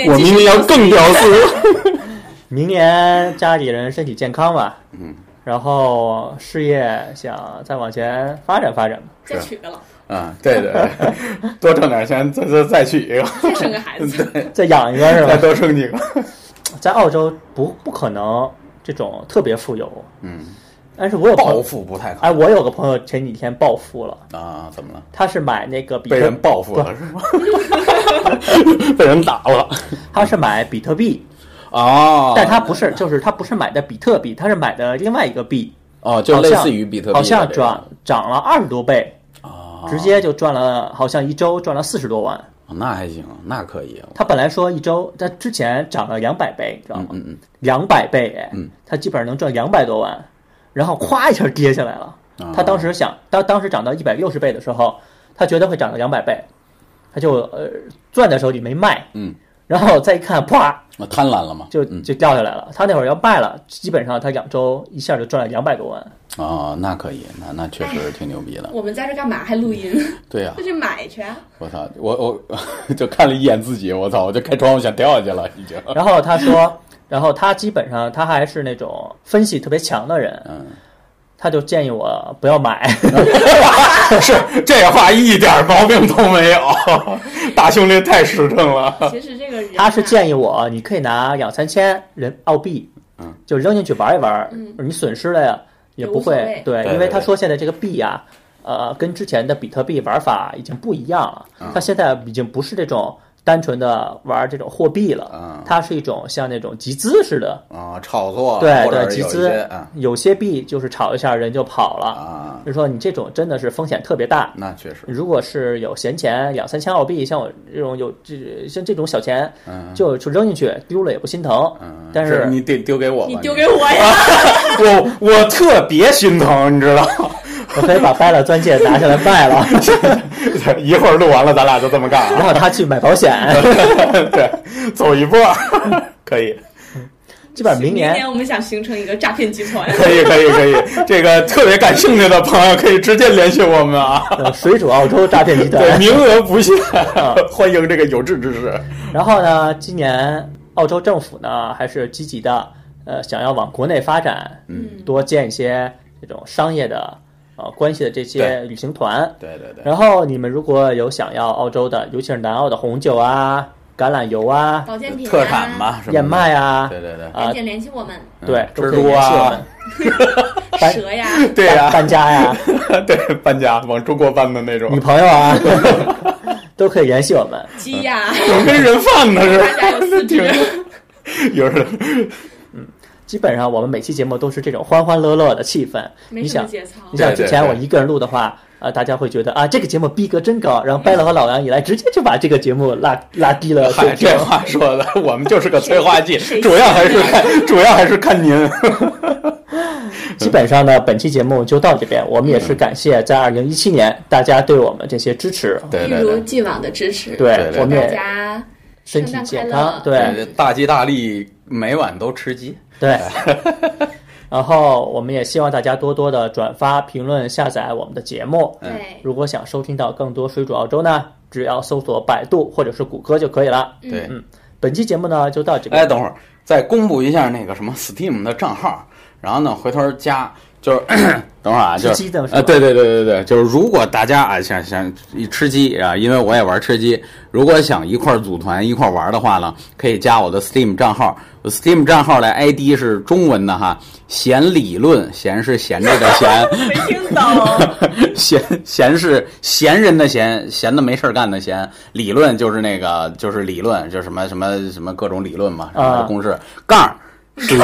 [SPEAKER 4] (laughs)
[SPEAKER 5] 我明年要更屌丝，
[SPEAKER 3] 明年家里人身体健康吧。嗯。然后事业想再往前发展发展吧。
[SPEAKER 4] 再娶个老婆，
[SPEAKER 5] (laughs) 嗯，对对，对多挣点钱，再再再娶 (laughs) 一个，
[SPEAKER 4] 再生个孩子。
[SPEAKER 3] 再养一个是
[SPEAKER 5] 再
[SPEAKER 3] 吧？
[SPEAKER 5] 多生几 (laughs) 个。
[SPEAKER 3] 在澳洲不不可能这种特别富有，
[SPEAKER 5] 嗯，
[SPEAKER 3] 但是我有朋
[SPEAKER 5] 暴
[SPEAKER 3] 友，
[SPEAKER 5] 富不太可
[SPEAKER 3] 哎，我有个朋友前几天暴富了，
[SPEAKER 5] 能啊？怎么了？
[SPEAKER 3] 他是买那个比
[SPEAKER 5] 被
[SPEAKER 3] 特
[SPEAKER 5] 人，报复了是 (laughs) 吗？被人打了
[SPEAKER 3] 他是买比特币，
[SPEAKER 5] 哦，
[SPEAKER 3] 但他不是，就是他不是买的比特币，他是买的另外一个币，
[SPEAKER 5] 哦，就
[SPEAKER 3] 好
[SPEAKER 5] 类
[SPEAKER 3] 像
[SPEAKER 5] 似于比特币的这种，
[SPEAKER 3] 好像涨涨了二十多倍，
[SPEAKER 5] 啊，
[SPEAKER 3] 直接就赚了，好像一周赚了四十多万。
[SPEAKER 5] 哦那还行，那可以，
[SPEAKER 3] 他本来说一周，他之前涨了两百倍，知道吗
[SPEAKER 5] 嗯？嗯
[SPEAKER 3] 两百倍，哎
[SPEAKER 5] 嗯，
[SPEAKER 3] 他基本上能赚两百多万，然后咵一下跌下来了。
[SPEAKER 5] 嗯，
[SPEAKER 3] 他当时想，当当时涨到一百六十倍的时候，他觉得会涨到两百倍，他就呃赚的时候你没卖，
[SPEAKER 5] 嗯，
[SPEAKER 3] 然后再一看，啪
[SPEAKER 5] 啊贪婪了嘛，
[SPEAKER 3] 就
[SPEAKER 5] 嗯
[SPEAKER 3] 就掉下来了。他那会儿要卖了，基本上他两周一下就赚了两百多万。
[SPEAKER 5] 哦，那可以，那那确实挺牛逼的，
[SPEAKER 4] 我们在这干嘛？还录音？
[SPEAKER 5] 对呀
[SPEAKER 4] 就，去买去啊。
[SPEAKER 5] 我操，我我 (laughs) 就看了一眼自己，我操，我就开窗户想掉下去了，已经，
[SPEAKER 3] 然后他说，然后他基本上他还是那种分析特别强的人，
[SPEAKER 5] 嗯，
[SPEAKER 3] 他就建议我不要买。
[SPEAKER 5] 是这话一点毛病都没有，大兄弟太实诚了，
[SPEAKER 4] 其实这个人啊
[SPEAKER 3] 他是建议我，你可以拿两三千人澳币，
[SPEAKER 5] 嗯，
[SPEAKER 3] 就扔进去玩一玩，
[SPEAKER 4] 嗯
[SPEAKER 3] 你损失了呀也不
[SPEAKER 4] 也无所谓
[SPEAKER 3] 会，对
[SPEAKER 5] 对，
[SPEAKER 3] 因为
[SPEAKER 5] 对
[SPEAKER 3] 他
[SPEAKER 5] 对
[SPEAKER 3] 说现在这个币呀、呃，跟之前的比特币玩法已经不一样了，
[SPEAKER 5] 嗯
[SPEAKER 3] 它现在已经不是这种单纯的玩这种货币
[SPEAKER 5] 嗯
[SPEAKER 3] 了，它是一种像那种集资似的，
[SPEAKER 5] 啊，炒作，
[SPEAKER 3] 对
[SPEAKER 5] 或者
[SPEAKER 3] 对，集
[SPEAKER 5] 有一
[SPEAKER 3] 资
[SPEAKER 5] 些啊，
[SPEAKER 3] 有些币就是炒一下人就跑了，
[SPEAKER 5] 啊，
[SPEAKER 3] 就说你这种真的是风险特别大，
[SPEAKER 5] 那确实，
[SPEAKER 3] 如果是有闲钱两三千澳币，像我这种有这像这种小钱，
[SPEAKER 5] 嗯
[SPEAKER 3] 就就扔进去，丢了也不心疼。
[SPEAKER 5] 嗯，
[SPEAKER 3] 但
[SPEAKER 5] 是
[SPEAKER 3] 是
[SPEAKER 5] 你丢丢给我吧，
[SPEAKER 4] 你丢给我呀！
[SPEAKER 5] 我我特别心疼，你知道？
[SPEAKER 3] 我可以把掰了钻戒拿下来卖了，
[SPEAKER 5] (laughs) 一会儿录完了，咱俩就这么干
[SPEAKER 3] 然
[SPEAKER 5] 啊！
[SPEAKER 3] 后他去买保险。
[SPEAKER 5] 对，走一波， (laughs) 可以，
[SPEAKER 3] 基本上
[SPEAKER 4] (laughs)
[SPEAKER 3] 明
[SPEAKER 4] 明
[SPEAKER 3] 年
[SPEAKER 4] 我们想形成一个诈骗集团。
[SPEAKER 5] 可以，可以，可以。这个特别感兴趣的朋友可以直接联系我们啊！
[SPEAKER 3] 呃水煮澳洲诈骗集
[SPEAKER 5] 对，
[SPEAKER 3] 团。
[SPEAKER 5] 名额不限，欢迎这个有志之士。
[SPEAKER 3] 然后呢，今年澳洲政府呢还是积极的，呃，想要往国内发展，
[SPEAKER 4] 嗯，
[SPEAKER 3] 多建一些这种商业的呃关系的这些旅行团。
[SPEAKER 5] 对对对，
[SPEAKER 3] 然后你们如果有想要澳洲的，尤其是南澳的红酒啊、橄榄油啊、
[SPEAKER 4] 保健品啊
[SPEAKER 5] 特产吧，什么的
[SPEAKER 3] 燕麦啊，
[SPEAKER 5] 对对对，
[SPEAKER 3] 啊
[SPEAKER 4] 赶紧联系我们。
[SPEAKER 3] 对，都
[SPEAKER 5] 蜘
[SPEAKER 3] 可以
[SPEAKER 5] 蛛
[SPEAKER 3] 联系我
[SPEAKER 5] 啊
[SPEAKER 3] 们，搬
[SPEAKER 4] 蛇
[SPEAKER 3] (laughs)
[SPEAKER 4] 呀，
[SPEAKER 5] 对呀，啊 (laughs)
[SPEAKER 3] 搬家呀，
[SPEAKER 5] 对搬家往中国搬的那种
[SPEAKER 3] 女朋友啊， (laughs) 都可以联系我们。
[SPEAKER 4] 鸡呀，
[SPEAKER 5] 有跟人贩子似
[SPEAKER 4] 大家有四肢，
[SPEAKER 5] 的，有人
[SPEAKER 3] 基本上我们每期节目都是这种欢欢乐乐的气氛。
[SPEAKER 4] 没
[SPEAKER 3] 你
[SPEAKER 4] 什么
[SPEAKER 3] 想，
[SPEAKER 4] 节操
[SPEAKER 3] 你。想
[SPEAKER 5] 对对
[SPEAKER 3] 以前我
[SPEAKER 5] 对
[SPEAKER 3] 一个人录的话，呃，大家会觉得啊，这个节目逼格真高。啊然后拜了和老杨以来，直接就把这个节目拉拉低了水
[SPEAKER 5] 嗨，
[SPEAKER 3] 平
[SPEAKER 5] 这。话说的，我们就是个催化剂
[SPEAKER 4] 谁谁，
[SPEAKER 5] 主要还是看，主要还是看您。
[SPEAKER 3] (laughs) 基本上呢，本期节目就到这边。我们也是感谢在二零一七年大家对我们这些支持，
[SPEAKER 5] 对
[SPEAKER 4] 一
[SPEAKER 5] 对
[SPEAKER 4] 如
[SPEAKER 5] 对，
[SPEAKER 4] 既往的支持，
[SPEAKER 3] 对
[SPEAKER 5] 对对
[SPEAKER 3] 我们
[SPEAKER 4] 大
[SPEAKER 3] 也
[SPEAKER 4] 家
[SPEAKER 3] 身体
[SPEAKER 4] 圣诞快
[SPEAKER 3] 健
[SPEAKER 4] 乐
[SPEAKER 3] 康，
[SPEAKER 5] 对大吉大利，每晚都吃鸡。
[SPEAKER 3] 对。 (laughs) 然后我们也希望大家多多的转发、评论、下载我们的节目。
[SPEAKER 5] 嗯
[SPEAKER 4] 对
[SPEAKER 3] 如果想收听到更多水煮澳洲呢，只要搜索百度或者是谷歌就可以了。
[SPEAKER 5] 对，
[SPEAKER 3] 本期节目呢就到这边。
[SPEAKER 5] 哎，等会儿再公布一下那个什么 Steam 的账号，然后呢，回头加就是 (coughs) 等会儿啊，就
[SPEAKER 3] 吃鸡的是吧
[SPEAKER 5] 呃，对对对对对，就是如果大家啊想想一吃鸡啊，因为我也玩吃鸡，如果想一块儿组团一块儿玩的话呢，可以加我的 Steam 账号我，Steam 账号的 ID 是中文的哈，闲理论，闲是闲着的闲。
[SPEAKER 3] 嗯
[SPEAKER 4] 没听懂。
[SPEAKER 5] (laughs) 闲闲是闲人的闲，闲的没事儿干的闲。理论就是那个，就是理论，就是什么什么什么各种理论嘛，什么公式杠
[SPEAKER 3] (laughs)
[SPEAKER 5] 儿。是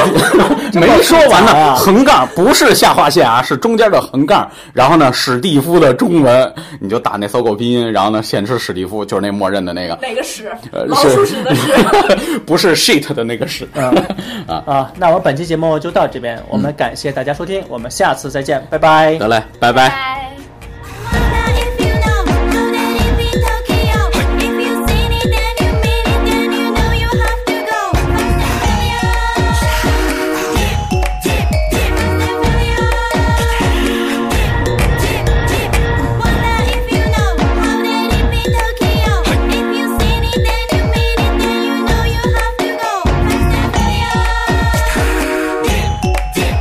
[SPEAKER 5] 没说完
[SPEAKER 3] 啊这么复杂呀
[SPEAKER 5] 呢，横杠不是下划线啊，是中间的横杠。然后呢，史蒂夫的中文，你就打那搜狗拼音，然后呢，显示史蒂夫就是那默认的那个， (laughs)
[SPEAKER 4] 哪个
[SPEAKER 3] (laughs)
[SPEAKER 4] 屎？
[SPEAKER 5] 呃
[SPEAKER 4] 老鼠屎的屎。
[SPEAKER 5] 不是 shit 的那个是。 (laughs)
[SPEAKER 3] 啊，那我们本期节目就到这边，我们感谢大家收听，我们下次再见，拜拜。
[SPEAKER 5] 得嘞，拜拜。
[SPEAKER 2] If you know, know that it be Tokyo. If you seen it, then you mean it, then you know you have to go. Dip, dip, dip, dip. Wonder if you know how that it be Tokyo. If you seen it, then you mean it, then you know you have to go. Dip, dip,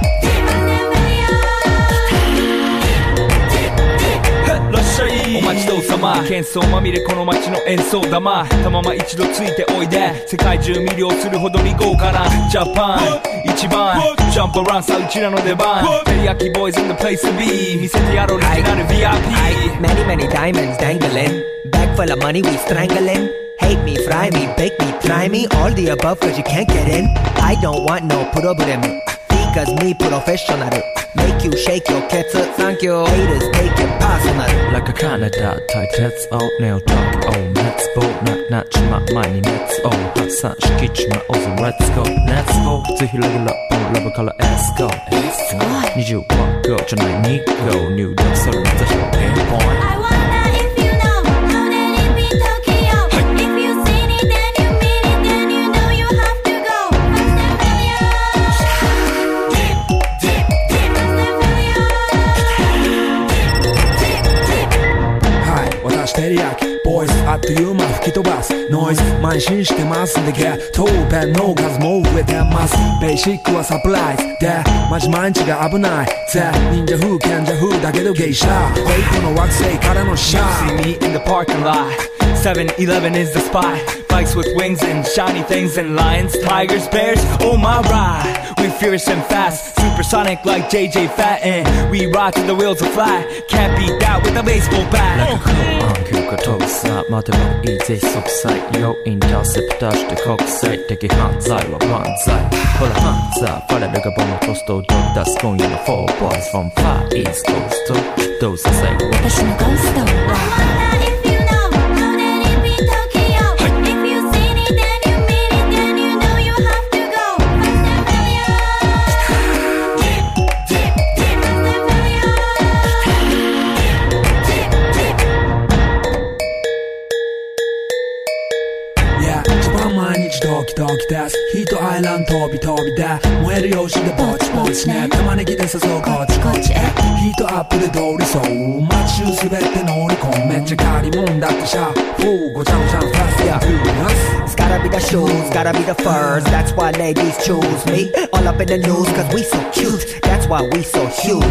[SPEAKER 2] dip, dip.
[SPEAKER 6] らっしゃいお待ちどうさま喧騒まみれこの街の演奏玉たまま一度ついておいで世界中魅了するほどに豪華なジャパン一番ジャンプランさうちらの出番照り焼きボーイズ in the place to be 見せてやろうリジナル
[SPEAKER 7] Aye,
[SPEAKER 6] VIP
[SPEAKER 7] many, many diamonds dangling. Bag full of money, we strangling. Hate me, fry me, bake me, try me. All the above, cause you can't get in. I don't want no problem. Because me professional. Make you shake your cats up, thank you. Haters take it personal.
[SPEAKER 6] Like a Canada 大鉄をネオタクを熱望ななちま前に熱を発散しきちまおうぜ Let's go Let's go ぜひレギュラーラブから Let's go Let's go 25号じゃない2号入力それ目指しのピンポ
[SPEAKER 2] I
[SPEAKER 6] イン
[SPEAKER 2] wonder if you know how that it be Tokyo. If you seen it, then you mean it, then you know you have to go. Dip, dip, dip, dip, dip, dip.
[SPEAKER 6] はい私照り焼きボイスあっという間吹き飛ばすノイズ慢心してますんでゲット弁の数も増えてますベーシックはサプライズでマジ毎日が危ないぜ忍者風賢者風だけど芸者フェイクの惑星からのシャー See me in the parking lot 7-Eleven is the spot Bikes with wings and shiny things and lions, tigers, bears, oh my ride We fierce and fast, supersonic like JJ Fatten We ride till the wheels are fly, can't beat that with a baseball bat 暗が遠さ待てばいいぜ即歳よインターセプターして国際的犯罪は犯罪ほらハンザーファレルがボムポストをドッダス今夜の4 boys from far east coast どうせ最後は
[SPEAKER 2] I wonder if you know how that it be Tokyo. If you seen it, then you mean it, then you know you have to go. Dip, dip, dip, dip, dip, dip.
[SPEAKER 6] Yeah 一番毎日ドキドキですヒートアイランド飛び飛びで燃える用紙でぼちぼちね玉ねぎで誘うこっちこっちへヒートアップで通りそう街中滑って乗り込むめっちゃ借りもんだってシャーフォーごちゃごちゃのファスやフーナス
[SPEAKER 7] It's gotta be the shoes, gotta be the furs. That's why ladies choose me. All up in the news, cause we so cute. That's why we so huge.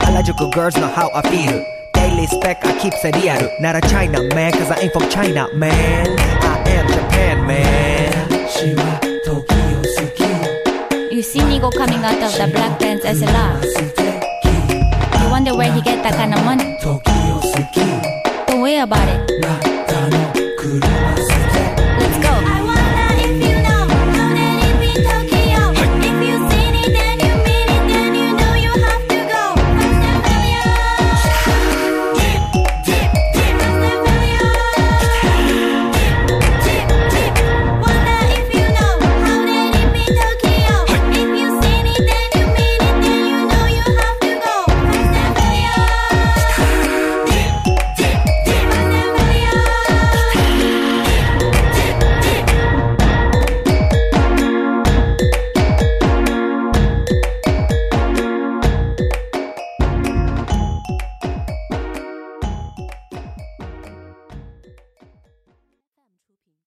[SPEAKER 7] I like you good girls know how I feel. Daily spec, I keep it real. Not a China man, cause I ain't from China, man. I am Japan, man.
[SPEAKER 6] 私は時を好き
[SPEAKER 8] You see Nigo coming out of the black pants as a lot.
[SPEAKER 6] 素敵
[SPEAKER 8] You wonder where he get that kind of money.
[SPEAKER 6] 時を好き
[SPEAKER 8] The way
[SPEAKER 9] about it.
[SPEAKER 8] なたの車